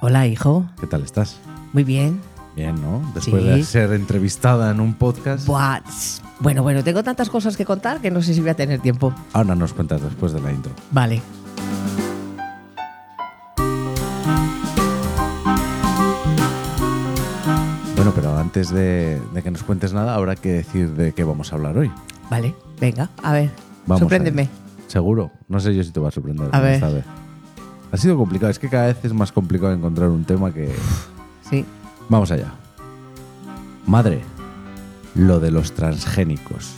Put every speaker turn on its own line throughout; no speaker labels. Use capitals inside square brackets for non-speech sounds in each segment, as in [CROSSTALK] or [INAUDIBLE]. Hola, hijo.
¿Qué tal estás?
Muy bien.
Bien, ¿no? Después de
Sí.
ser entrevistada en un podcast.
Buah, tss. Bueno, bueno, tengo tantas cosas que contar que no sé si voy a tener tiempo.
Ahora nos cuentas después de la intro.
Vale.
Bueno, pero antes de, de que nos cuentes nada, habrá que decir de qué vamos a hablar hoy.
Vale, venga, a ver.
Vamos
sorpréndeme.
allá. Seguro. No sé yo si te va a sorprender.
A ver.
esta vez. Ha sido complicado. Es que cada vez es más complicado encontrar un tema que...
Sí.
Vamos allá. Madre, lo de los transgénicos.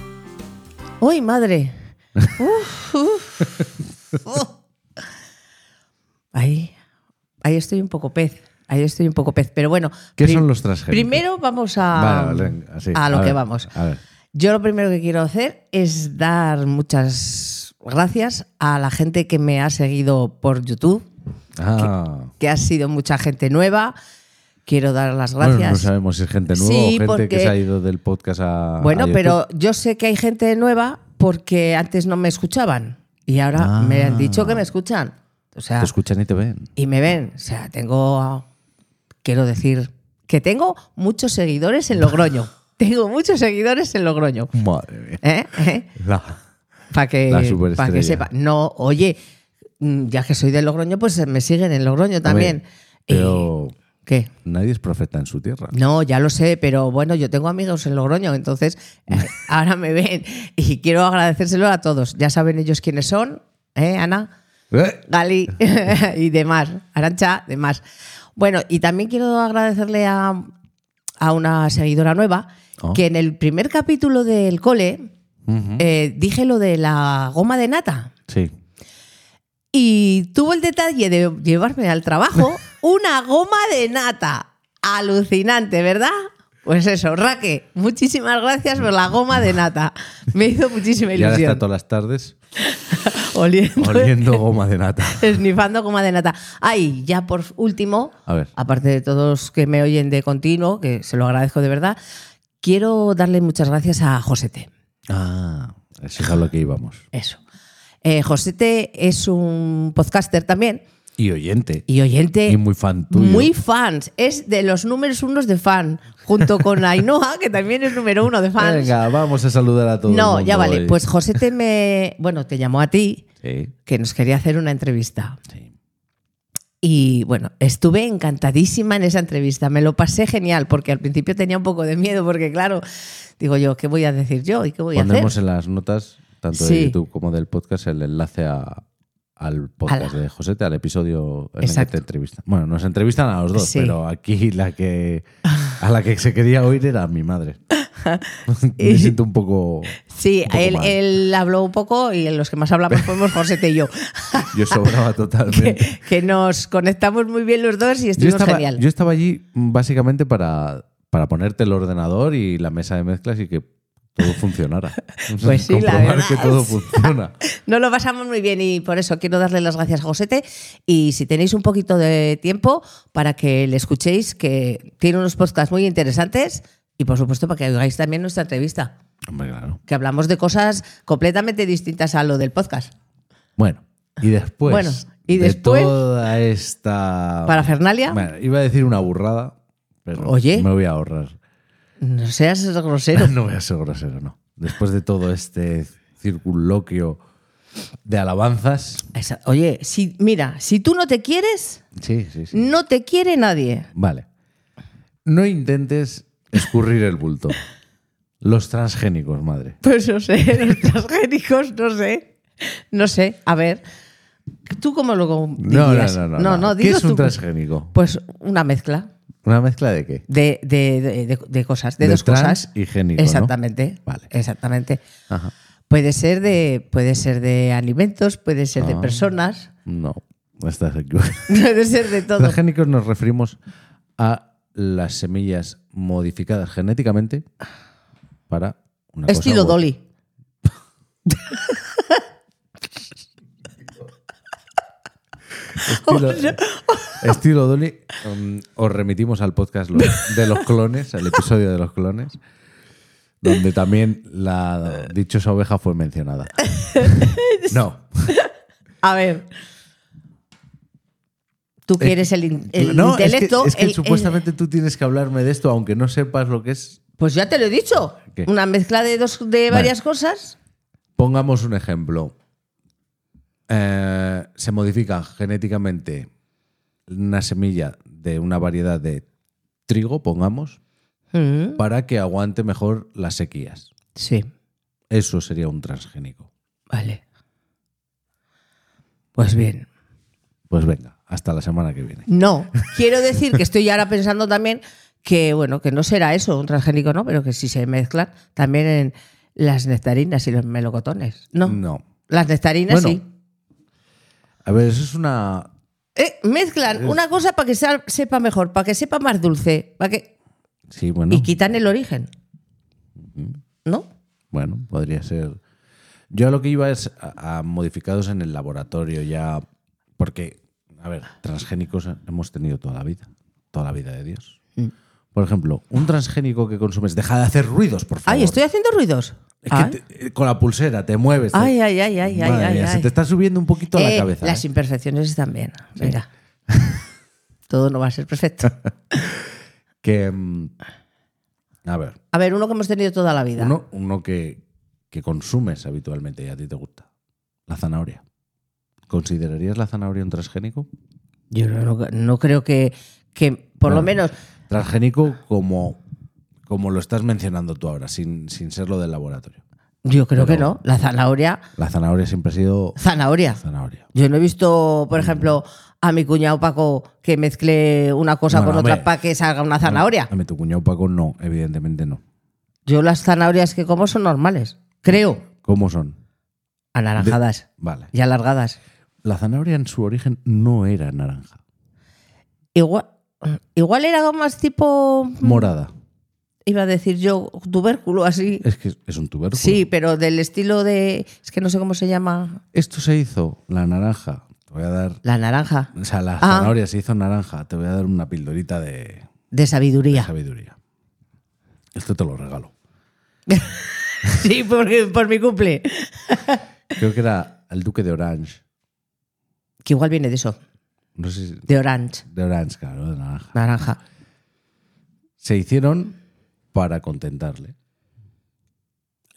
¡Uy,
[LAUGHS]
madre! Uf, uf. Oh. Ahí, ahí estoy un poco pez. Ahí estoy un poco pez. Pero bueno.
¿Qué
pri-
son los transgénicos?
Primero vamos a,
Vale, vale, así.
a lo
A
que
ver,
vamos.
A ver.
Yo lo primero que quiero hacer es dar muchas gracias a la gente que me ha seguido por YouTube,
Ah.
que ha sido mucha gente nueva. Quiero dar las
Bueno, pues, eh, no
gracias. Bueno,
sabemos si es gente nueva
Sí,
o gente
porque-
que se ha ido del podcast a. a YouTube.
pero yo sé que hay gente nueva porque antes no me escuchaban y ahora
Ah. Pues
me han dicho que me escuchan. O sea,
Te escuchan y te ven.
y me ven. O sea, tengo, quiero decir, que tengo muchos seguidores
[LAUGHS]
en Logroño. tengo muchos seguidores en Logroño.
Madre mía.
¿Eh? ¿Eh? Para
La
que,
superestrella.
pa' que sepa. No, oye, mm, ya que soy de Logroño, pues me siguen en Logroño también. Eh,
Pero
¿Qué?
nadie es profeta en su tierra.
No, ya lo sé, pero bueno, yo tengo amigos en Logroño, entonces eh, [LAUGHS] ahora me ven y quiero agradecérselo a todos. Ya saben ellos quiénes son, ¿eh, Ana?
¿Eh?
Gali [LAUGHS] y demás, Arancha, demás. Bueno, y también quiero agradecerle a, a una seguidora nueva
Oh.
que en el primer capítulo del cole
Ujú.
eh, dije lo de la goma de nata.
Sí.
Y tuvo el detalle de llevarme
[LAUGHS]
al trabajo una goma de nata. Alucinante, ¿verdad? Pues eso, Raque, muchísimas gracias por la goma de nata. Me hizo
[LAUGHS]
muchísima
Y ahora está
ilusión.
todas las
[LAUGHS]
tardes
Oliendo,
oliendo goma de nata.
esnifando goma de nata. Ay, ya por último,
A ver.
aparte de todos que me oyen de continuo, que se lo agradezco de verdad, quiero darle muchas gracias a Josete.
Ah, eso es a lo que íbamos.
Eso. Eh, Josete es un podcaster también
Y oyente.
y oyente.
Y muy fan tuyo.
Muy fans, es de los números unos de fan,
[LAUGHS]
junto con Ainhoa, que también es número uno de fans.
Venga, vamos a saludar a todos.
no, ya vale. Pues
[LAUGHS]
José te me, bueno, te llamó a ti,
Sí,
que nos quería hacer una entrevista.
sí.
Y bueno, estuve encantadísima en esa entrevista, me lo pasé genial, porque al principio tenía un poco de miedo, porque claro, digo yo, ¿qué voy a decir yo y qué voy a hacer?
Pondremos en las notas, tanto
Sí.
de YouTube como del podcast, el enlace a- al podcast
Ala.
de Josete, al episodio en el que
Exacto.
te entrevistan. Bueno, nos entrevistan a los dos,
Sí.
pero aquí la que a la que se quería oír era a mi
[LAUGHS]
madre. Me siento un poco.
Sí,
un poco
él,
mal.
él habló un poco y los que más hablamos fuimos José
[LAUGHS]
y yo,
Yo
[LAUGHS]
sobraba totalmente.
que nos conectamos muy bien los dos y
Yo
estuvimos
estaba,
genial.
yo estaba allí mm, básicamente para, para ponerte el ordenador y la mesa de mezclas y que todo funcionara.
[LAUGHS] Pues sí, la
Comprobar
verdad.
que todo funciona.
No lo pasamos muy bien y por eso quiero darle las gracias a Josete. Y si tenéis un poquito de tiempo para que le escuchéis, que tiene unos podcasts muy interesantes y por supuesto para que oigáis también nuestra entrevista,
Hombre, claro.
que hablamos de cosas completamente distintas a lo del podcast.
Bueno, y después.
Bueno, y después-
De toda esta.
Para Fernalia,
Bueno, iba a decir una burrada, pero
Oye.
me voy a ahorrar.
no seas grosero.
[LAUGHS] No voy a ser grosero, no. Después de todo este circunloquio de alabanzas.
[LAUGHS] Esa- Oye, si, mira, si tú no te quieres,
Sí, sí, sí.
no te quiere nadie.
Mm. Vale. No intentes escurrir el bulto. Los transgénicos, madre.
Pues no sé, [LAUGHS] los transgénicos, no sé. No sé, a ver. ¿Tú cómo lo
No, no,
dirías?
no, no.
no,
¿Qué
dilo
es un
tú.
transgénico?
Pues una mezcla
¿Una mezcla de qué?
de, de- de- de- de cosas, de,
De
dos
trans
cosas.
y génico, ¿no?
Exactamente.
Vale.
Exactamente.
Ajá.
Puede ser de, puede ser de alimentos, puede ser de
Ah.
personas, [LAUGHS]
No, estás equivocado.
puede ser de todo.
Transgénicos nos referimos a las semillas modificadas genéticamente para una cosa
Estilo
u otra.
Dolly. [LAUGHS]
Estilo, estilo Dolly. Um, os remitimos al podcast los- de los clones, al episodio de los clones, donde también la dichosa oveja fue
[LAUGHS]
mencionada. No,
A ver. Tú quieres el, in- el
No, es que-
intelecto.
Es que,
el- el-
supuestamente tú tienes que hablarme de esto, aunque no sepas lo que es.
pues ya te lo he dicho.
¿Qué?
Una mezcla de, dos, de
Vale.
varias cosas.
Pongamos un ejemplo. Eh, se modifica genéticamente una semilla de una variedad de trigo, pongamos,
Mm,
para que aguante mejor las sequías.
sí,
Eso sería un transgénico.
vale. Pues bien.
Pues venga, hasta la semana que viene.
No, quiero decir que estoy ahora pensando también que, bueno, que no será eso, un transgénico no, pero que si se mezclan también en las nectarinas y los melocotones. No,
No.
las nectarinas
Bueno.
sí.
A ver, eso es una.
Eh, mezclan una cosa para que sa- sepa mejor, para que sepa más dulce, para que
Sí, bueno.
y quitan el origen.
Mm-hmm.
¿No?
Bueno, podría ser. Yo a lo que iba es a, a modificados en el laboratorio ya, porque, a ver, transgénicos hemos tenido toda la vida, toda la vida de Dios.
Mm.
Por ejemplo, un transgénico que consumes, deja de hacer ruidos, por favor.
Ay, estoy haciendo ruidos.
Es que
Ay.
te- eh, con la pulsera te mueves. te-
Ay, ay, ay, ay, ay,
Madre
ay,
mía,
ay.
Se te está subiendo un poquito a la
Eh,
cabeza.
Las
¿eh?
imperfecciones están bien.
[LAUGHS]
Venga. Todo no va a ser perfecto.
Que, mm, a ver,
A ver, uno que hemos tenido toda la vida.
uno, uno que, que consumes habitualmente y a ti te gusta, la zanahoria. ¿Considerarías la zanahoria un transgénico?
Yo no, no- no creo que, que, por lo
Bueno.
menos,
transgénico como, como lo estás mencionando tú ahora, sin, sin ser lo del laboratorio.
yo creo que
Pero-
no. La zanahoria,
La zanahoria siempre ha sido
zanahoria.
zanahoria.
Yo no he visto, por ejemplo, a mi cuñado Paco que mezcle una cosa
Bueno,
con otra
hombre.
para que salga una zanahoria.
A mí tu cuñado Paco no, evidentemente no.
Yo las zanahorias que como son normales, creo,
¿Cómo son?
anaranjadas
Vale.
y alargadas.
La zanahoria en su origen no era naranja,
Igual, igual era más tipo,
morada.
iba a decir yo, tubérculo así.
Es que es un tubérculo.
Sí, pero del estilo de, es que no sé cómo se llama,
Esto se hizo, la naranja, te voy a dar...
la naranja,
O sea, la
Ah.
zanahoria se hizo naranja, te voy a dar una pildorita de
de sabiduría.
sabiduría. Esto te lo regalo.
[LAUGHS] Sí, porque- por mi cumple.
Creo que era el duque de Orange.
Que igual viene de eso,
No sé si...
de orange,
De Orange, claro, de naranja.
naranja.
se hicieron para contentarle,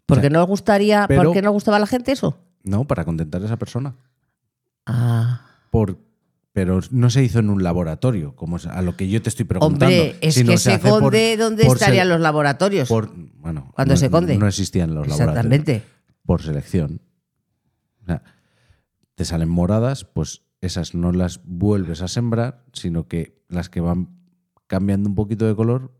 Porque no gustaría,
Pero-
¿por qué no gustaba a la gente eso?
¿no? Para contentar a esa persona.
Ah,
Por, pero no se hizo en un laboratorio, como es a lo que yo te estoy preguntando.
hombre, es
sino
que
se
se
hace por-
conde dónde
por
estarían
se-
los laboratorios.
por- bueno,
Cuando
no-
se conde.
No existían los laboratorios.
Exactamente.
Por selección. O sea, te salen moradas, pues esas no las vuelves a sembrar, sino que las que van cambiando un poquito de color.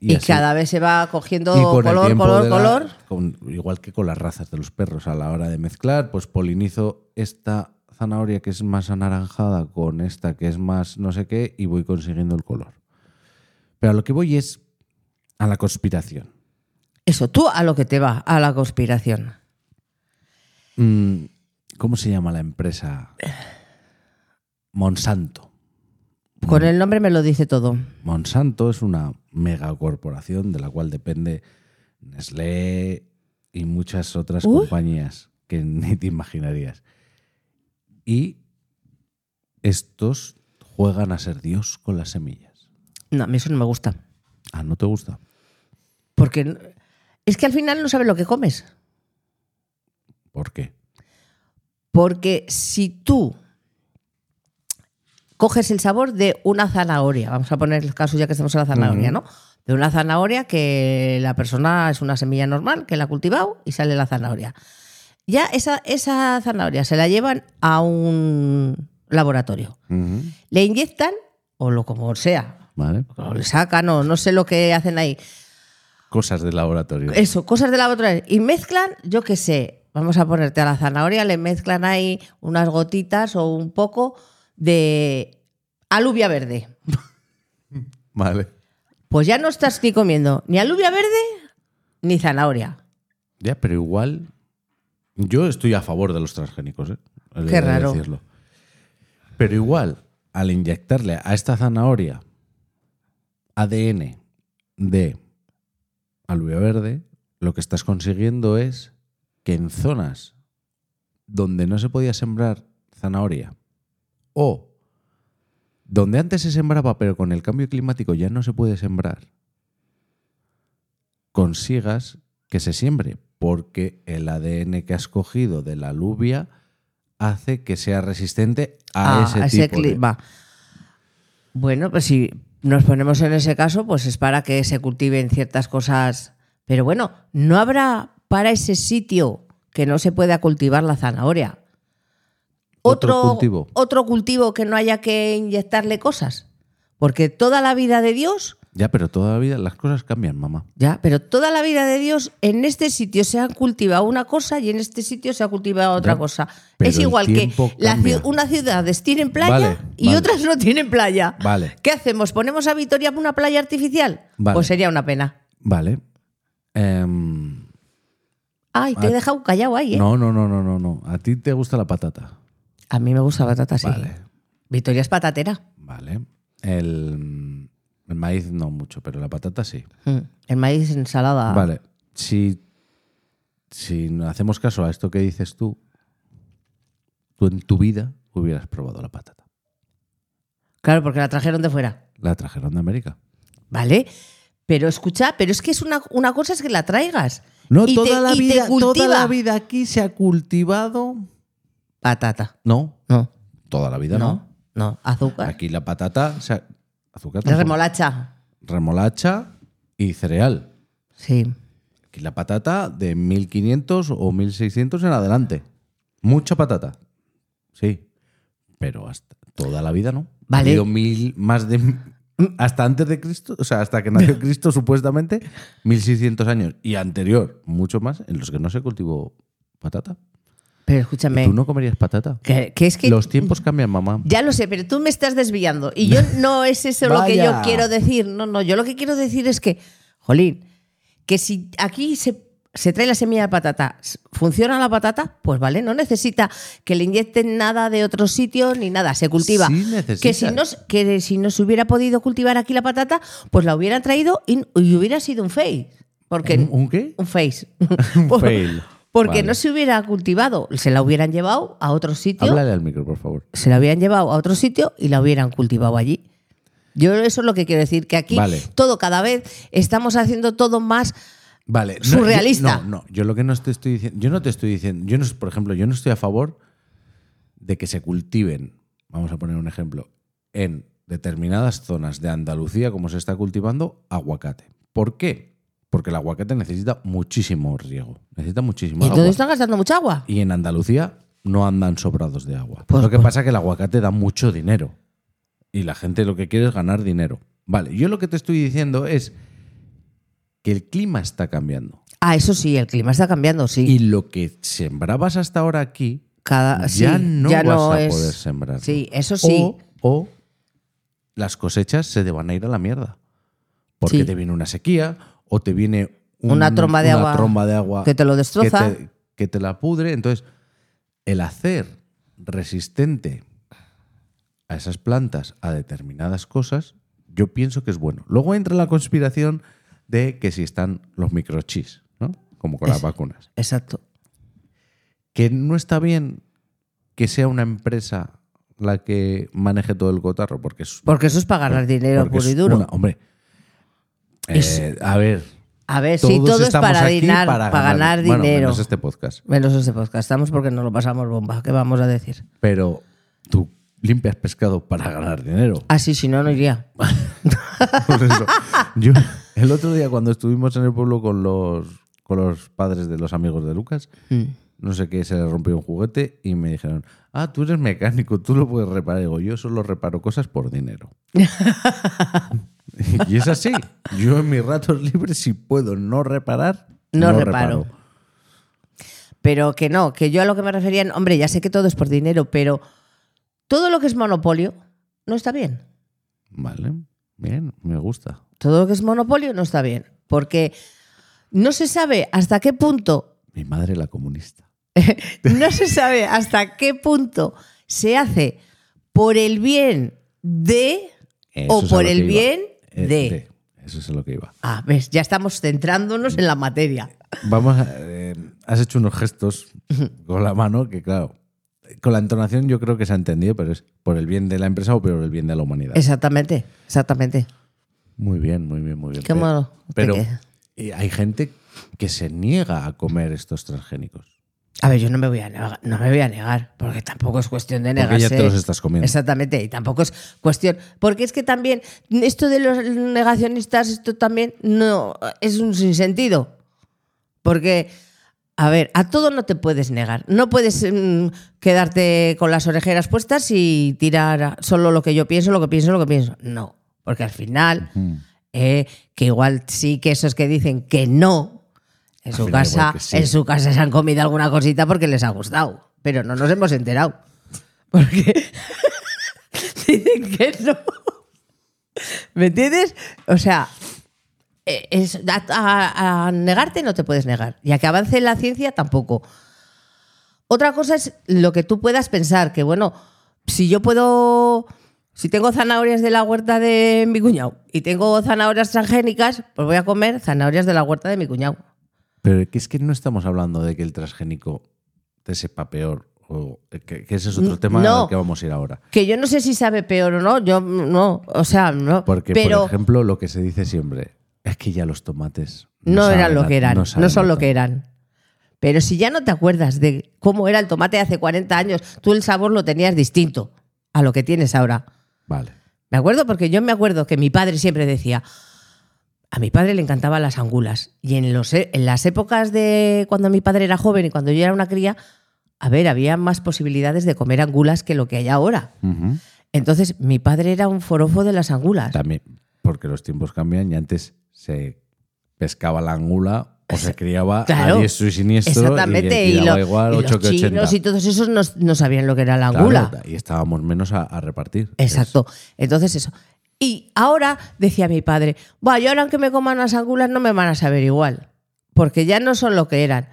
Y,
así.
cada vez se va cogiendo
Y con el
color,
tiempo
color,
de la-
color.
con- igual que con las razas de los perros, a la hora de mezclar, pues polinizo esta zanahoria que es más anaranjada con esta que es más no sé qué y voy consiguiendo el color. Pero a lo que voy es a la conspiración.
Eso, tú a lo que te va, a la conspiración.
Mm, ¿Cómo se llama la
[SIGHS]
empresa? Monsanto. Mm.
Con el nombre me lo dice todo.
Monsanto es una megacorporación de la cual depende Nestlé y muchas otras
Uy.
compañías que [LAUGHS] ni te imaginarías. Y estos juegan a ser Dios con las semillas.
No, a mí eso no me gusta.
Ah, ¿no te gusta?
Porque n- es que al final no sabes lo que comes.
¿Por qué?
Porque si tú coges el sabor de una zanahoria, vamos a poner el caso ya que estamos en la zanahoria, ¿no? De una zanahoria que la persona es una semilla normal, que la ha cultivado y sale la zanahoria. Ya esa, esa zanahoria se la llevan a un laboratorio. Le inyectan, o lo como sea,
¿Vale?
o le sacan, o no sé lo que hacen ahí.
Cosas de laboratorio.
Eso, cosas de la otra. Y mezclan, yo qué sé, vamos a ponerte a la zanahoria, le mezclan ahí unas gotitas o un poco de alubia verde.
Vale.
Pues ya no estás ni comiendo ni alubia verde ni zanahoria.
Ya, pero igual. Yo estoy a favor de los transgénicos, ¿eh? He de
raro.
decirlo. Pero igual, al inyectarle a esta zanahoria ADN de alubia verde, lo que estás consiguiendo es que en zonas donde no se podía sembrar zanahoria o Donde antes se sembraba, pero con el cambio climático ya no se puede sembrar, consigas que se siembre, porque el ADN que has cogido de la alubia hace que sea resistente a
Ah,
ese,
a ese
tipo de-
clima. Bueno, pues si nos ponemos en ese caso, pues es para que se cultiven ciertas cosas. Pero bueno, no habrá para ese sitio que no se pueda cultivar la zanahoria.
Otro cultivo.
otro cultivo que no haya que inyectarle cosas. Porque toda la vida de Dios,
Ya, pero toda la vida las cosas cambian, mamá.
ya, pero toda la vida de Dios, en este sitio se ha cultivado una cosa y en este sitio se ha cultivado otra
Ya,
cosa.
pero
Es
el
igual que
tiempo
la ci-
cambia.
unas ciudades tienen playa
Vale,
y
vale.
otras no tienen playa.
Vale.
¿Qué hacemos? ¿Ponemos a Vitoria una playa artificial?
Vale.
Pues sería una pena.
Vale. Em,
Ay, te he dejado callado ahí, ¿eh?
No, no, no, no, no, no. A ti te gusta la patata.
A mí me gusta batata, sí.
Vale.
Vitoria es patatera.
Vale. El, el maíz no mucho, pero la patata sí.
Mm. El maíz es ensalada.
Vale. Si, si no hacemos caso a esto que dices tú, tú en tu vida hubieras probado la patata.
Claro, porque la trajeron de fuera.
La trajeron de América.
¿Vale? Pero escucha, pero es que es una, una cosa es que la traigas.
No,
Y te-
toda, la
y te
vida, toda
cultiva.
la vida aquí se ha cultivado.
Patata.
No,
No.
toda la vida
No.
no.
No. Azúcar.
Aquí la patata, se ha- azúcar,
De
tampoco.
remolacha.
remolacha y cereal.
Sí.
Aquí la patata de 1500 o 1600 en adelante. Mucha patata. Sí. Pero hasta toda la vida no.
Vale.
Ha habido mil, más de. Hasta antes de Cristo, o sea, hasta que
[LAUGHS]
nació Cristo, supuestamente, 1600 años. Y anterior, mucho más, en los que no se cultivó patata.
Pero escúchame.
¿Tú no comerías patata?
Que, que es que
Los tiempos cambian, mamá.
Ya lo sé, pero tú me estás desviando. Y
[LAUGHS]
yo no es eso lo que yo
Vaya.
quiero decir. No, no, yo lo que quiero decir es que, jolín, que si aquí se, se trae la semilla de patata, s- funciona la patata, pues vale, no necesita que le inyecten nada de otro sitio ni nada, se cultiva.
Sí necesitas.
que, si no, s- que si no se hubiera podido cultivar aquí la patata, pues la hubieran traído y, y hubiera sido un face. Porque
¿Un, un qué?
un face.
[LAUGHS]
[LAUGHS]
Un fail.
Porque
Vale.
no se hubiera cultivado, se la hubieran llevado a otro sitio
Háblale al micro, por favor.
se la habían llevado a otro sitio y la hubieran cultivado allí. Yo eso es lo que quiero decir, que aquí
Vale.
todo cada vez estamos haciendo todo más...
Vale. yo-
Surrealista.
no, no, yo lo que no te estoy diciendo, yo no te estoy diciendo, yo no, por ejemplo, yo no estoy a favor de que se cultiven, vamos a poner un ejemplo, en determinadas zonas de Andalucía como se está cultivando aguacate. ¿Por qué? Porque el aguacate necesita muchísimo riego, necesita muchísimo
Y
agua.
entonces están gastando mucha agua.
Y en Andalucía no andan sobrados de agua.
Pues-
lo que
pues-
pasa es que el aguacate da mucho dinero. Y la gente lo que quiere es ganar dinero. Vale, yo lo que te estoy diciendo es que el clima está cambiando.
Ah, eso sí, el clima está cambiando, sí.
Y lo que sembrabas hasta ahora aquí
cada,
ya
sí,
no
ya
vas
no
a
es-
poder sembrar.
Sí, eso sí.
O, o las cosechas se te van a ir a la mierda. Porque
Sí.
te viene una sequía o te viene
Una tromba de
una
agua
tromba de agua
que te lo destroza.
Que te, que te la pudre. Entonces, el hacer resistente a esas plantas a determinadas cosas, yo pienso que es bueno. Luego entra la conspiración de que si están los microchips, ¿no? Como con las
Es-
vacunas
Exacto.
que no está bien que sea una empresa la que maneje todo el cotarro, porque es,
Porque eso es pagar ganar dinero
porque
puro y
es
duro.
una- hombre, eh,
Es-
a ver,
a ver,
todos
sí, todo es
estamos
para,
aquí
dinar-
para
para ganar,
bueno,
dinero.
menos este podcast,
Menos ese podcast, estamos porque nos lo pasamos bomba, ¿qué vamos a decir?
pero tú limpias pescado para ganar dinero.
Así, Ah, si no, no iría. [LAUGHS]
[LAUGHS] Por eso, yo el otro día cuando estuvimos en el pueblo con los con los padres de los amigos de Lucas,
Mm.
no sé qué, se le rompió un juguete y me dijeron, ah, tú eres mecánico, tú lo puedes reparar. Digo, yo solo reparo cosas por
[LAUGHS]
dinero. y es así. Yo en mis ratos libres, si puedo no reparar,
No reparo. Pero que no, que yo a lo que me refería, hombre, ya sé que todo es por dinero, pero todo lo que es monopolio no está bien.
Vale, bien, me gusta.
Todo lo que es monopolio no está bien, porque no se sabe hasta qué punto, [LAUGHS]
Mi madre la comunista.
no se sabe hasta qué punto se hace por el bien de
Eso
o
es a
por
lo
el
que iba.
bien
Eh,
de.
Eso es a lo que iba.
Ah, ves, ya estamos centrándonos en la materia.
Vamos, a- eh, has hecho unos gestos con la mano que, claro, con la entonación yo creo que se ha entendido, pero es por el bien de la empresa o por el bien de la humanidad.
Exactamente, exactamente.
Muy bien, muy bien, muy bien.
Qué
Pero-
mono.
Pero
Qué-
eh, hay gente que se niega a comer estos transgénicos.
A ver, yo no me voy a negar, no me voy a negar, porque tampoco es cuestión de
Porque ya
negarse.
te los estás comiendo.
Exactamente, y tampoco es cuestión. Porque es que también, esto de los negacionistas, esto también no es un sinsentido. Porque, a ver, a todo no te puedes negar. No puedes mm, quedarte con las orejeras puestas y tirar a- solo lo que yo pienso, lo que pienso, lo que pienso. No, porque al final,
Mm.
eh, que igual sí que esos que dicen que no, en
Al
su,
final igual
casa,
que sí.
en su casa se han comido alguna cosita porque les ha gustado, pero no nos hemos enterado. [LAUGHS] Porque [LAUGHS] dicen que no. ¿Me entiendes? O sea, eh, es- a, a- a negarte no te puedes negar. Y a que avance la ciencia tampoco. Otra cosa es lo que tú puedas pensar, que bueno, si yo puedo, si tengo zanahorias de la huerta de mi cuñado y tengo zanahorias transgénicas, pues voy a comer zanahorias de la huerta de mi cuñado.
Pero que es que no estamos hablando de que el transgénico te sepa peor, o eh, que, que ese es otro
N-
tema
no.
al que vamos a ir ahora.
Que yo no sé si sabe peor o no, yo no, o sea, no.
Porque,
pero
por ejemplo, lo que se dice siempre es que ya los tomates
no, eran
saben
lo
a-
que eran, no,
saben
son
a
lo que eran. Pero si ya no te acuerdas de cómo era el tomate de hace 40 años, tú el sabor lo tenías distinto a lo que tienes ahora.
Vale.
Me acuerdo porque yo me acuerdo que mi padre siempre decía, a mi padre le encantaban las angulas. Y en, los, e- en las épocas de cuando mi padre era joven y cuando yo era una cría, a ver, había más posibilidades de comer angulas que lo que hay ahora.
Ujú.
Entonces, mi padre era un forofo de las angulas.
También, porque los tiempos cambian y antes se pescaba la angula o se criaba
Claro.
a diestro y siniestro.
Exactamente,
Y,
y,
le
lo-
daba igual
y
8
los
que 80.
chinos y todos esos no, no sabían lo que era la
Claro,
angula.
y estábamos menos a, a repartir.
Exacto. Entonces eso. Y ahora decía mi padre, "Buah, yo ahora aunque me coman las angulas no me van a saber igual, porque ya no son lo que eran.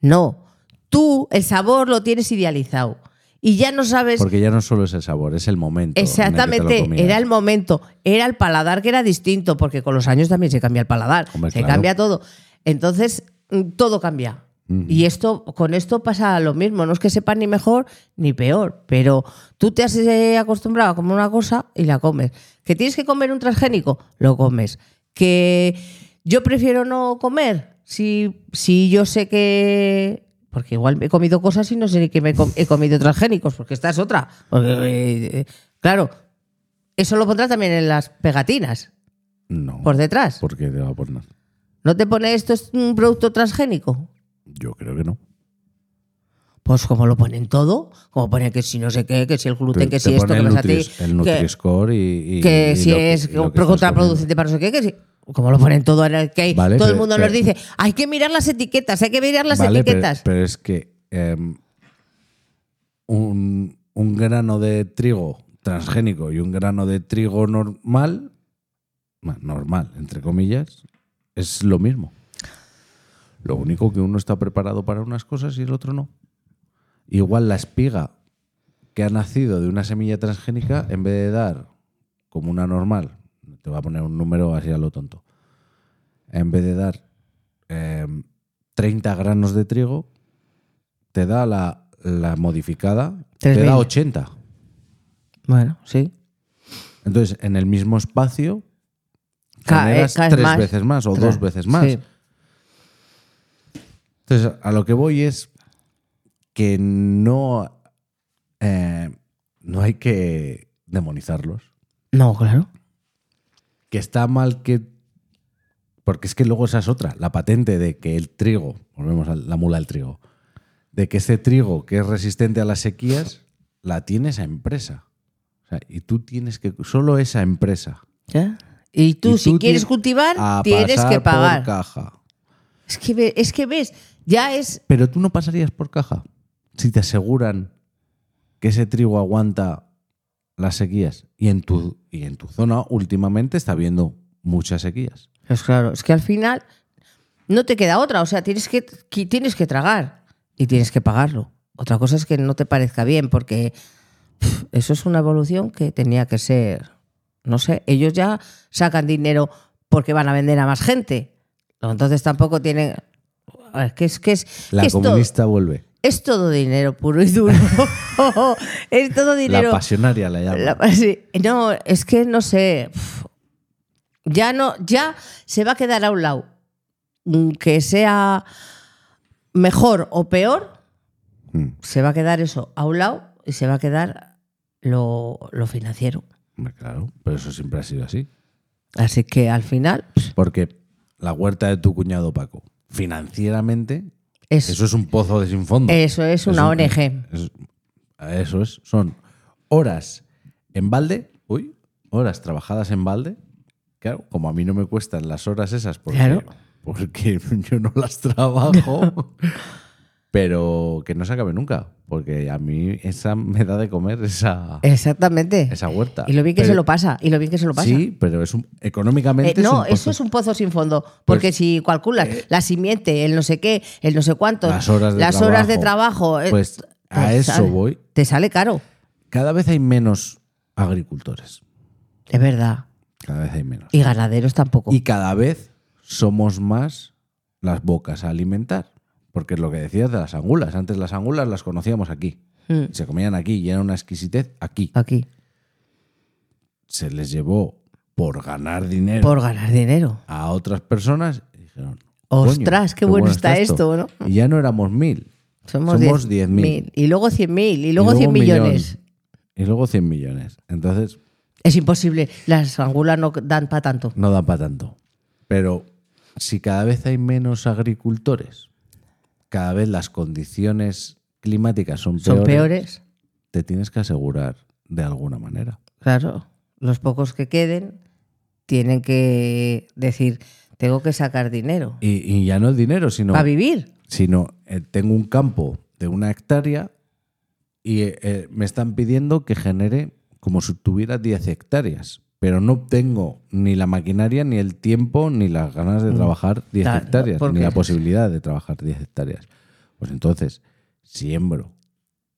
No, tú el sabor lo tienes idealizado y ya no
Es-
sabes
Porque ya no solo es el sabor, es el momento. en el que te lo
exactamente,
comías.
era el momento, era el paladar que era distinto, porque con los años también se cambia el paladar,
Hombre,
se
claro.
cambia todo. Entonces, mm, todo cambia. Y esto, con esto pasa lo mismo, no es que sepas ni mejor ni peor, pero tú te has eh, acostumbrado a comer una cosa y la comes. ¿Que tienes que comer un transgénico? Lo comes. ¿Que yo prefiero no comer? Si, si yo sé que... Porque igual me he comido cosas y no sé ni que me he com- he comido transgénicos, porque esta es otra. Porque, eh, eh, claro, eso lo pondrá también en las pegatinas,
No.
por detrás.
Porque te va a poner.
¿No te pone esto es un producto transgénico?
Yo creo que no.
Pues como lo ponen todo, como ponen que si no sé qué, que si el gluten,
Te-
que si
te
esto, que
pone
no
el
es a ti,
Nutris- El
que,
Nutri-Score y, y-
que
y
si
lo que-
es
y lo que estás
contraproducente para no sé qué, que si... Como lo ponen todo en el que hay-
Vale,
todo el
pero-
mundo nos
pero-
dice, hay que mirar las etiquetas, hay que mirar las
Vale, pero-
etiquetas.
Pero, es que em, un, un grano de trigo transgénico y un grano de trigo normal, bueno, normal, entre comillas, es lo mismo. Lo único que uno está preparado para unas cosas y el otro no. Igual la espiga que ha nacido de una semilla transgénica, en vez de dar como una normal, te voy a poner un número así a lo tonto, en vez de dar em, 30 granos de trigo, te da la, la modificada, te
3.000.
da 80.
bueno, sí.
Entonces, en el mismo espacio,
Ca- eh,
generas
caes
tres
más.
veces más o
Claro,
dos veces más.
sí.
Entonces, a lo que voy es que no, eh, no hay que demonizarlos.
No, claro.
que está mal que. Porque es que luego esa es otra, la patente de que el trigo, volvemos a la mula del trigo, de que ese trigo que es resistente a las sequías, la tiene esa empresa. O sea, y tú tienes que. Solo esa empresa.
¿Ya? Y tú,
Y
si
tú
quieres
ti-
cultivar,
a
tienes
pasar
que
Por
pagar.
caja.
Es que, ve- es que ves, ya es.
Pero tú no pasarías por caja si te aseguran que ese trigo aguanta las sequías. Y en tu, y en tu zona últimamente está habiendo muchas sequías.
Es Pues claro, es que al final no te queda otra. O sea, tienes que, que- tienes que tragar y tienes que pagarlo. Otra cosa es que no te parezca bien, porque pf, eso es una evolución que tenía que ser. No sé, ellos ya sacan dinero porque van a vender a más gente. Entonces tampoco tienen. a ver, que es que es.
La
que es todo.
comunista vuelve.
Es todo dinero puro y duro. [LAUGHS] es todo dinero.
La pasionaria la llaman.
La- sí. No, es que no sé. Uf. Ya no, ya se va a quedar a un lado. Mm, Que sea mejor o peor,
Mm,
se va a quedar eso a un lado y se va a quedar lo, lo financiero.
hombre, claro, pero eso siempre ha sido así.
Así que al final pff,
Porque la huerta de tu cuñado Paco, financieramente,
es,
eso es un pozo de sin fondo.
eso es una
un-
ONG.
es- eso es. Son horas en balde. Uy, horas trabajadas en balde. Claro, como a mí no me cuestan las horas esas porque,
Claro.
porque [LAUGHS] yo no las
[LAUGHS]
trabajo. pero que no se acabe nunca. Porque a mí esa me da de comer esa,
Exactamente.
esa huerta.
Eh, Y lo bien que
Pero-
se lo pasa, y lo bien que se lo pasa.
Sí, pero es un,
Eh,
económicamente.
no,
es un
eso
pozo.
es un pozo sin fondo. Porque
Pues-
si calculas la simiente, el no sé qué, el no sé cuánto,
Las horas de
las
trabajo.
horas de trabajo, eh,
Pues a
te
eso
sale-
voy.
Te sale caro.
Cada vez hay menos agricultores.
Es verdad.
Cada vez hay menos.
Y ganaderos tampoco.
Y cada vez somos más las bocas a alimentar. Porque es lo que decías de las angulas. Antes las angulas las conocíamos aquí.
Mm, Ah.
Se comían aquí y era una exquisitez aquí.
Aquí.
Se les llevó por ganar dinero
Por ganar dinero.
a otras personas y dijeron. "Coño,
Ostras, qué, bueno, está, esto, ¿no?
Y ya no éramos mil.
Somos,
Somos
10.000.
10.000.
Y luego 100.000. Y luego
un
100
millón.
millones.
Y luego 100 millones. Entonces,
Es imposible. Las angulas no dan para tanto.
No da para tanto. Pero si cada vez hay menos agricultores, cada vez las condiciones climáticas son peores,
Son peores.
te tienes que asegurar de alguna manera.
Claro, los pocos que queden tienen que decir, tengo que sacar dinero
Y, y ya no el dinero, sino,
para vivir.
sino eh, tengo un campo de una hectárea y eh, eh, me están pidiendo que genere como si tuviera 10 hectáreas. Pero no tengo ni la maquinaria, ni el tiempo, ni las ganas
Mm.
de trabajar 10
Claro,
hectáreas,
porque-
ni la posibilidad de trabajar 10 hectáreas. Pues entonces, siembro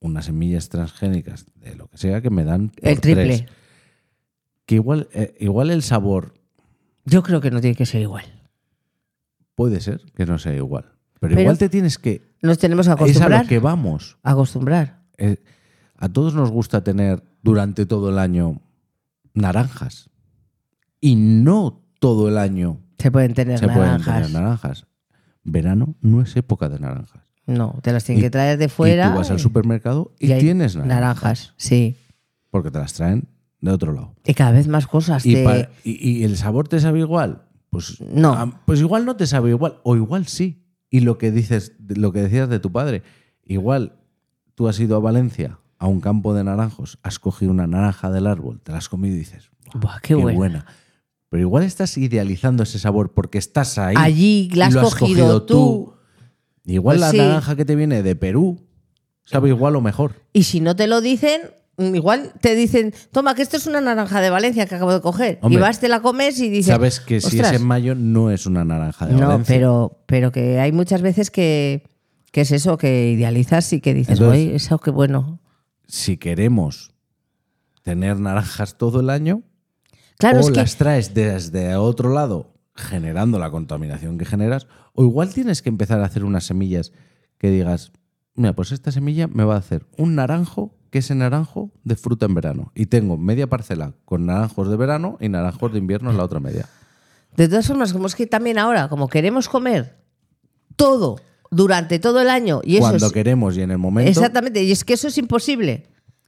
unas semillas transgénicas de lo que sea que me dan por
El triple.
tres. Que igual, eh, igual el sabor
Yo creo que no tiene que ser igual.
puede ser que no sea igual. Pero,
Pero-
igual te tienes que...
Nos tenemos
Es
que
a
acostumbrar.
lo que vamos.
Acostumbrar.
Eh, a todos nos gusta tener durante todo el año naranjas. Y no todo el año
Se pueden tener
se
naranjas.
pueden tener naranjas. Verano no es época de naranjas.
No, te las tienen
Y-
que traer de fuera.
y tú vas al supermercado y,
hay
tienes naranjas,
naranjas. Sí.
Porque te las traen de otro lado.
Y cada vez más cosas.
Y,
de-
pa- y- y el sabor te sabe igual. Pues,
Este, No.
ah, pues igual no te sabe igual. O igual sí. Y lo que dices, lo que decías de tu padre, igual tú has ido a Valencia a un campo de naranjos, has cogido una naranja del árbol, te la has comido y dices,
Buah,
qué
qué, bueno.
buena. Pero igual estás idealizando ese sabor porque estás ahí.
Allí la has,
lo
cogido, tú.
Igual
Pues
la
sí.
naranja que te viene de Perú sabe igual o mejor.
Y si no te lo dicen, mm, igual te dicen, toma, que esto es una naranja de Valencia que acabo de coger.
Hombre,
y vas, te la comes y dices.
Sabes que si
"Ostras".
es en mayo no es una naranja de
No,
Valencia.
pero, pero que hay muchas veces que, que es eso, que idealizas y que dices,
Entonces-
"Uy, eso qué bueno.
Si queremos tener naranjas todo el año
Claro,
o
es que
las traes desde otro lado generando la contaminación que generas o igual tienes que empezar a hacer unas semillas que digas, mira, pues esta semilla me va a hacer un naranjo que ese naranjo de fruta en verano y tengo media parcela con naranjos de verano y naranjos de invierno en la otra media.
de todas formas, como es que también ahora, como queremos comer todo durante todo el año, y eso
Cuando
es-
queremos y en el momento
Exactamente, y es que eso es imposible.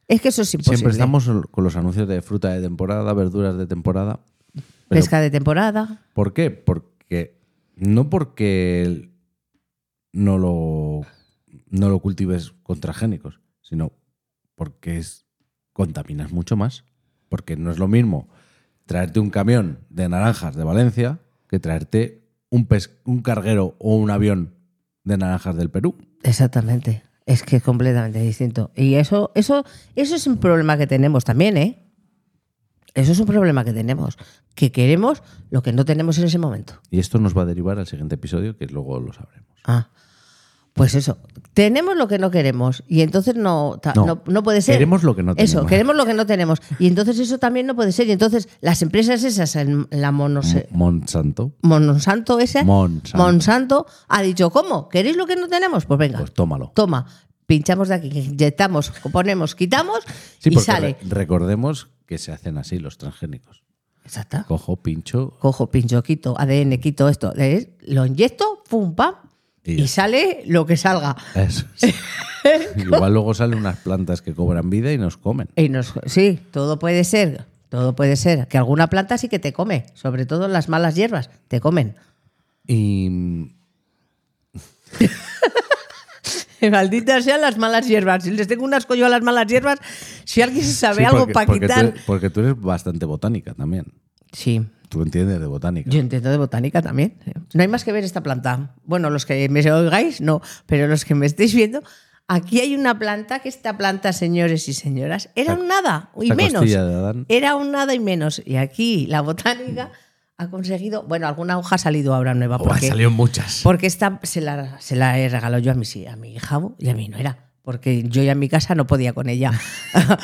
Es que eso es imposible. ¿eh?
siempre estamos con los anuncios de fruta de temporada, verduras de temporada. Pero
Pesca de temporada.
¿Por qué? Porque no porque el- no lo no lo cultives con transgénicos, sino porque es contaminas mucho más, porque no es lo mismo traerte un camión de naranjas de Valencia que traerte un pes- un carguero o un avión de naranjas del Perú.
Exactamente. Es que es completamente distinto. Y eso, eso, eso es un problema que tenemos también, ¿eh? Eso es un problema que tenemos. Que queremos lo que no tenemos en ese momento.
Y esto nos va a derivar al siguiente episodio que luego lo sabremos.
Ah. Pues eso, tenemos lo que no queremos y entonces no, ta-
No.
no, no puede ser.
Queremos lo que no
Eso,
tenemos.
queremos lo que no tenemos. Y entonces eso también no puede ser. Y entonces las empresas esas, en la monose-
Monsanto,
Monsanto esa,
Monsanto.
Monsanto ha dicho, ¿cómo? ¿Queréis lo que no tenemos? Pues venga,
pues tómalo.
toma, pinchamos de aquí, inyectamos, ponemos, quitamos
Sí,
y
porque
sale.
re- recordemos que se hacen así los transgénicos.
Exacto.
Cojo, pincho,
Cojo, pincho, quito, ADN, quito esto, ¿eh? lo inyecto, pum, pam,
Y ya
y sale lo que salga.
Eso
[LAUGHS]
es. Igual luego salen unas plantas que cobran vida y nos comen.
Y nos- sí, todo puede ser, todo puede ser. Que alguna planta sí que te come, sobre todo las malas hierbas, te comen. [LAUGHS]
Y
Malditas sean las malas hierbas. Si les tengo unas a las malas hierbas, si alguien sabe
Sí,
algo
porque-
para
porque tú
quitar.
eres- porque tú eres bastante botánica también.
Sí,
Tú entiendes de botánica.
yo entiendo de botánica también. No hay más que ver esta planta. Bueno, los que me oigáis, no, pero los que me estéis viendo, aquí hay una planta que esta planta, señores y señoras, era
La-
un nada y
la
menos.
costilla de Adán.
Era un nada y menos. Y aquí la botánica ha conseguido. Bueno, alguna hoja ha salido ahora nueva.
Oh, han
porque-
salido muchas.
Porque esta se la, se la he regalado yo a mi, sí- a mi hija y a mí no era. Porque yo ya en mi casa no podía
[LAUGHS]
con ella.
[LAUGHS]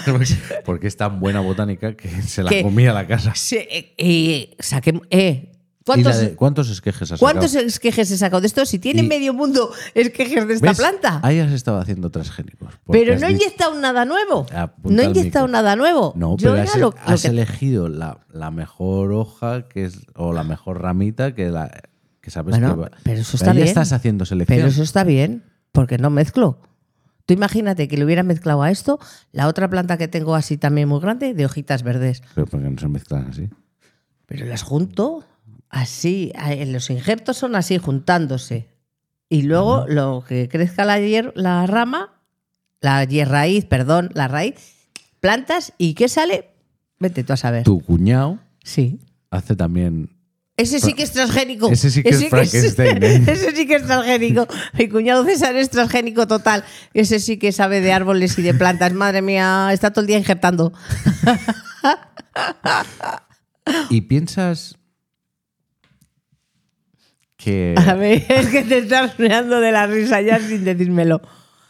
Porque es tan buena botánica que se la
Que-
comía la casa.
Sí, eh, eh, saqué- eh,
¿Y la
¿Cuántos,
de- ¿Cuántos esquejes has
cuántos
sacado?
esquejes he sacado de esto? Si tiene
Y-
medio mundo esquejes de esta
¿Ves?
planta.
Ahí has estado haciendo transgénicos. porque
Pero
has
no he
dicho-
inyectado nada nuevo.
Apunta
No he
al
inyectado
micro.
nada nuevo.
No,
Oh, Yo
pero
ya
has, e-,
lo- lo
has
que-
elegido la, la mejor hoja que es, o la mejor ramita que, la, que sabes
Bueno,
que va-
pero eso está
ahí
bien.
estás haciendo selección.
Pero eso está bien, porque no mezclo. Tú imagínate que le hubiera mezclado a esto la otra planta que tengo así también muy grande de hojitas verdes.
Pero porque no se mezclan así.
Pero las junto así, a- en los injertos son así, juntándose. Y luego lo que crezca la, hier- la rama, la hier- raíz, perdón, la raíz, plantas y ¿qué sale? Vete tú a saber.
Tu cuñado
Sí.
hace también.
Ese sí que es transgénico.
Ese sí que es
[LAUGHS]
Frankenstein, ¿eh?
Ese sí que es transgénico. Mi cuñado César es transgénico total. Ese sí que sabe de árboles y de plantas. Madre mía, está todo el día injertando.
Y piensas
[LAUGHS]
que
A ver, es que te estás meando de la risa ya sin decírmelo.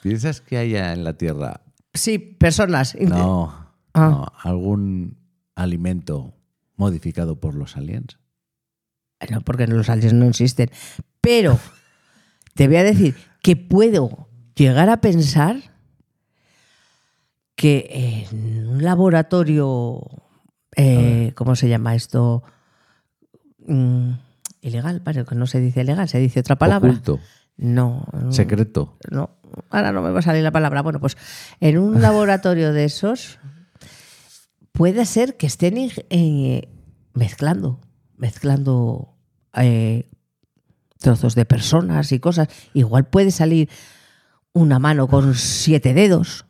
piensas que haya en la tierra.
Sí, personas.
No,
Ah.
no, algún alimento modificado por los aliens.
No, porque los aliens no existen. Pero te voy a decir que puedo llegar a pensar que en un laboratorio, eh, ¿cómo se llama esto? Mm, ilegal, pero que no se dice legal, se dice otra palabra.
Oculto,
No,
secreto.
no, ahora no me va a salir la palabra. Bueno, pues en un laboratorio de esos puede ser que estén ing- eh, mezclando, mezclando eh, trozos de personas y cosas. Igual puede salir una mano con siete dedos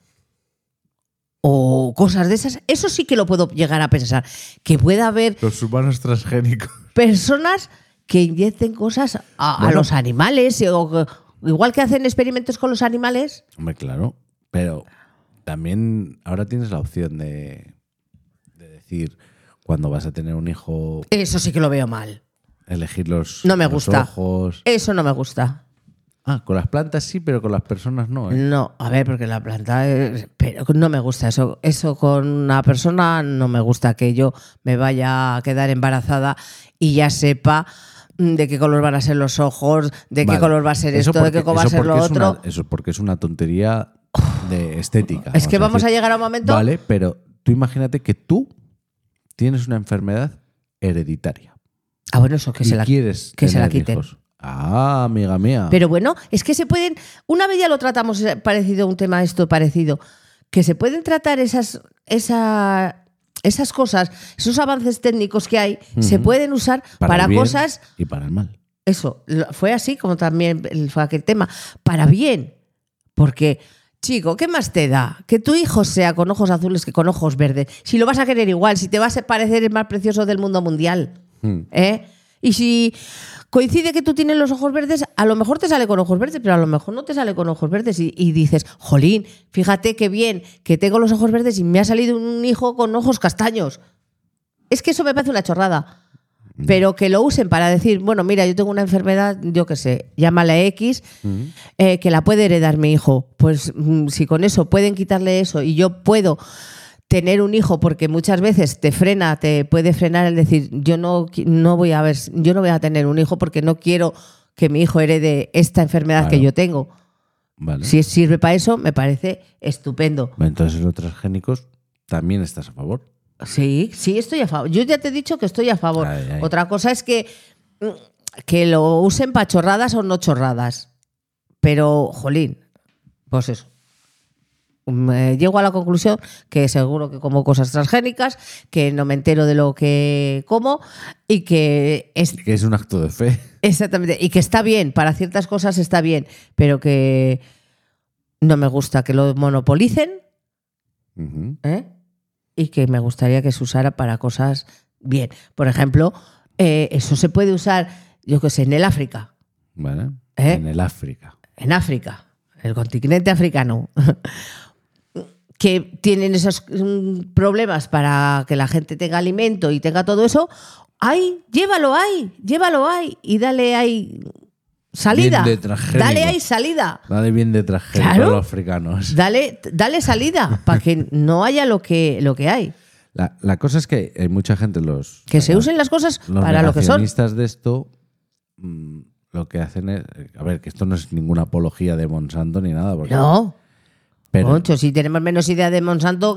o cosas de esas. Eso sí que lo puedo llegar a pensar. Que pueda haber
Los humanos transgénicos.
personas que inyecten cosas a- a,
Bueno.
los animales, o que- igual que hacen experimentos con los animales.
Hombre, claro. Pero también ahora tienes la opción de, de decir cuando vas a tener un hijo,
Eso sí que lo veo mal.
elegir los,
No me
los
gusta.
ojos.
Eso no me gusta.
Ah, con las plantas sí, pero con las personas no. ¿eh?
No, a ver, porque la planta. es- Pero no me gusta eso. Eso con una persona no me gusta que yo me vaya a quedar embarazada y ya sepa mm, de qué color van a ser los ojos, de
Vale.
qué color va a ser
Eso
esto, de
porque-
qué color va a
eso
ser lo
porque es una-
otro.
eso porque es una tontería de estética.
es que vamos a
decir.
llegar a un momento.
Vale, pero tú imagínate que tú tienes una enfermedad hereditaria.
Ah, bueno, eso que
y
se la
quieres
que se la
tener
quiten.
hijos. Ah, amiga mía.
Pero bueno, es que se pueden. Una vez ya lo tratamos eh, parecido, un tema esto parecido. Que se pueden tratar esas, esa- esas cosas, esos avances técnicos que hay, se pueden usar
el
para,
bien
cosas.
Y para el mal.
Eso, lo- fue así como también el- fue aquel tema. Para bien. Porque, chico, ¿qué más te da? Que tu hijo sea con ojos azules que con ojos verdes. Si lo vas a querer igual, si te vas a parecer el más precioso del mundo mundial.
Hmm.
¿eh? Y si coincide que tú tienes los ojos verdes, a lo mejor te sale con ojos verdes, pero a lo mejor no te sale con ojos verdes. Y, y dices, jolín, fíjate qué bien que tengo los ojos verdes y me ha salido un hijo con ojos castaños. Es que eso me parece una chorrada. Pero que lo usen para decir, bueno, mira, yo tengo una enfermedad, yo qué sé, llámala X, eh, que la puede heredar mi hijo. Pues mm, si con eso pueden quitarle eso y yo puedo tener un hijo porque muchas veces te frena, te puede frenar el decir, yo no, qui- no voy a ver, yo no voy a tener un hijo porque no quiero que mi hijo herede esta enfermedad que
Claro.
yo tengo.
Vale.
Si sirve para eso, me parece estupendo.
Vale, Entonces los transgénicos también estás a favor.
Sí, sí, estoy a favor. Yo ya te he dicho que estoy a favor.
Ay, ay.
Otra cosa es que, mm, que lo usen para chorradas o no chorradas. Pero, jolín, pues eso. Mm, Me llego a la conclusión que seguro que como cosas transgénicas, que no me entero de lo que como y que es-
Que es un acto de fe.
exactamente y que está bien para ciertas cosas está bien, pero que no me gusta que lo monopolicen
Ujú.
¿eh? y que me gustaría que se usara para cosas bien. Por ejemplo, eh, eso se puede usar, yo qué sé, en el África,
Vale.
¿Eh?
En el África.
en África, en el continente africano, [LAUGHS] que tienen esos mm, problemas para que la gente tenga alimento y tenga todo eso. ¡Ay, llévalo ahí! ¡Llévalo ahí! Y dale ahí salida.
Bien de transgénico.
Dale ahí salida.
Dale bien de transgénico
Claro.
a los africanos.
Dale, dale salida para que no haya lo que, lo que hay.
La, la cosa es que hay mucha gente, los.
Que se usen las cosas
los
para lo que son.
negacionistas de esto mm, lo que hacen es. eh, A ver, que esto no es ninguna apología de Monsanto ni nada. Porque,
No,
pero,
Concho, si tenemos menos idea de Monsanto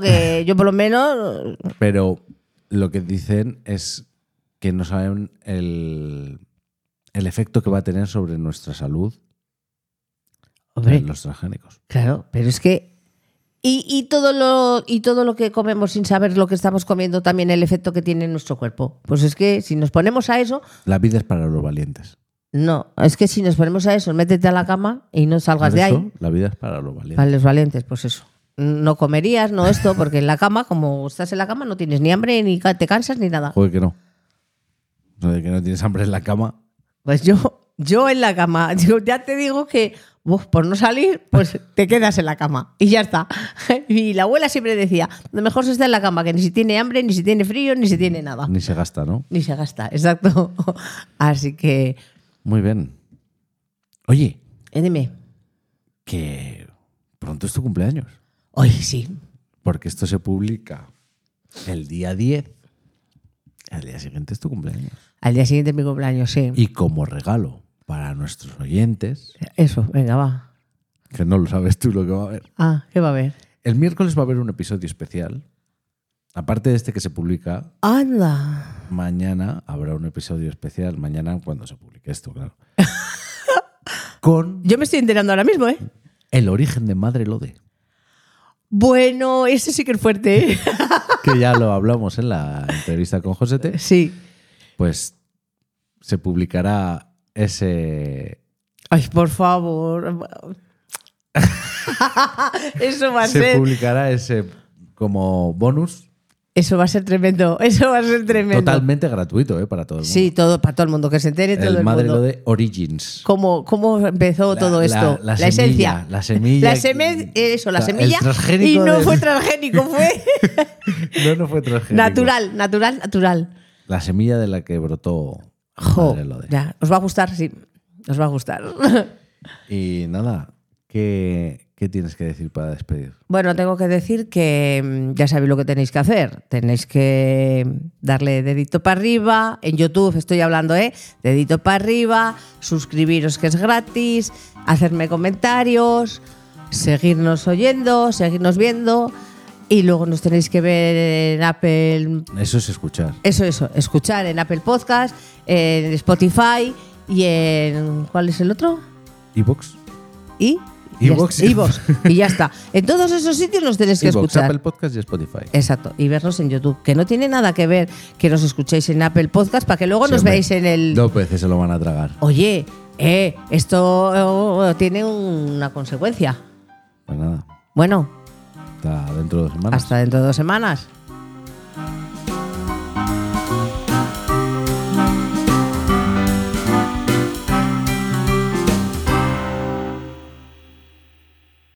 [LAUGHS]
que yo por lo menos...
pero lo que dicen es que no saben el, el efecto que va a tener sobre nuestra salud
Hombre,
los transgénicos.
claro, pero es que... Y, y todo lo, y todo lo que comemos sin saber lo que estamos comiendo, también el efecto que tiene en nuestro cuerpo. Pues es que si nos ponemos a eso,
La vida es para los valientes.
no, es que si nos ponemos a eso, métete a la cama y no salgas
Por
de
eso,
ahí.
La vida es para los valientes.
Para los valientes, pues eso. No comerías, no esto, porque en la cama, como estás en la cama, no tienes ni hambre, ni ca- te cansas, ni nada.
Joder, que no. O sea, de que no tienes hambre en la cama.
Pues yo, yo en la cama, [LAUGHS] yo ya te digo que uf, por no salir, pues te quedas en la cama y ya está. [LAUGHS] Y la abuela siempre decía, lo mejor se está en la cama, que ni si tiene hambre, ni si tiene frío, ni si tiene nada.
Ni se gasta, ¿no?
Ni se gasta, [LAUGHS] exacto. Así que,
Muy bien. Oye,
eh, dime,
que pronto es tu cumpleaños.
hoy sí,
Porque esto se publica el día 10. El día siguiente es tu cumpleaños.
al día siguiente es mi cumpleaños, sí.
Y como regalo para nuestros oyentes,
Eso, venga, va.
que no lo sabes tú lo que va a haber.
Ah, ¿qué va a haber?
El miércoles va a haber un episodio especial. Aparte de este que se publica
Anda.
mañana habrá un episodio especial, mañana cuando se publique esto, claro. [LAUGHS] Con
Yo me estoy enterando ahora mismo, ¿eh?
el origen de Madre Lode,
Bueno, ese sí que es fuerte, ¿eh?
que ya lo hablamos en la entrevista con Josete,
Sí.
pues se publicará ese
Ay, por favor. [LAUGHS] Eso va a
se
ser.
publicará ese como bonus
Eso va a ser tremendo. Eso va a ser tremendo.
totalmente gratuito, ¿eh? para todo el mundo.
Sí, todo, para todo el mundo que se entere, todo
el
el
Madre
mundo.
Lode Origins.
¿Cómo, ¿Cómo empezó
La-
todo
la-
esto?
la semilla,
esencia.
la semilla
La seme- eso, la
El
semilla.
transgénico
Y no
del- [LAUGHS]
fue transgénico, fue
No, no fue transgénico.
natural, natural, natural.
La semilla de la que brotó
Jo,
Madre Lode.
ya, os va a gustar, sí. Os va a gustar. [LAUGHS]
Y nada, ¿qué, qué tienes que decir para despedir?
Bueno, tengo que decir que mm, ya sabéis lo que tenéis que hacer. Tenéis que darle dedito para arriba. En YouTube estoy hablando, ¿eh? Dedito para arriba. Suscribiros que es gratis. Hacerme comentarios. Seguirnos oyendo. Seguirnos viendo. Y luego nos tenéis que ver en Apple.
Eso es escuchar.
Eso, eso. Escuchar en Apple Podcast, en Spotify y en. ¿Cuál es el otro?
¿Evox?
Y.
Ivox.
y, ya está. Y ya está. En todos esos sitios nos tenéis que
Evox,
escuchar.
Apple Podcast y Spotify.
Exacto, y vernos en YouTube, que no tiene nada que ver que nos escuchéis en Apple Podcast para que luego nos
Sí, hombre,
veáis en el...
Dos veces se lo van a tragar.
Oye, eh, esto eh, tiene una consecuencia.
Pues nada,
Bueno,
hasta dentro de dos semanas.
hasta dentro de dos semanas.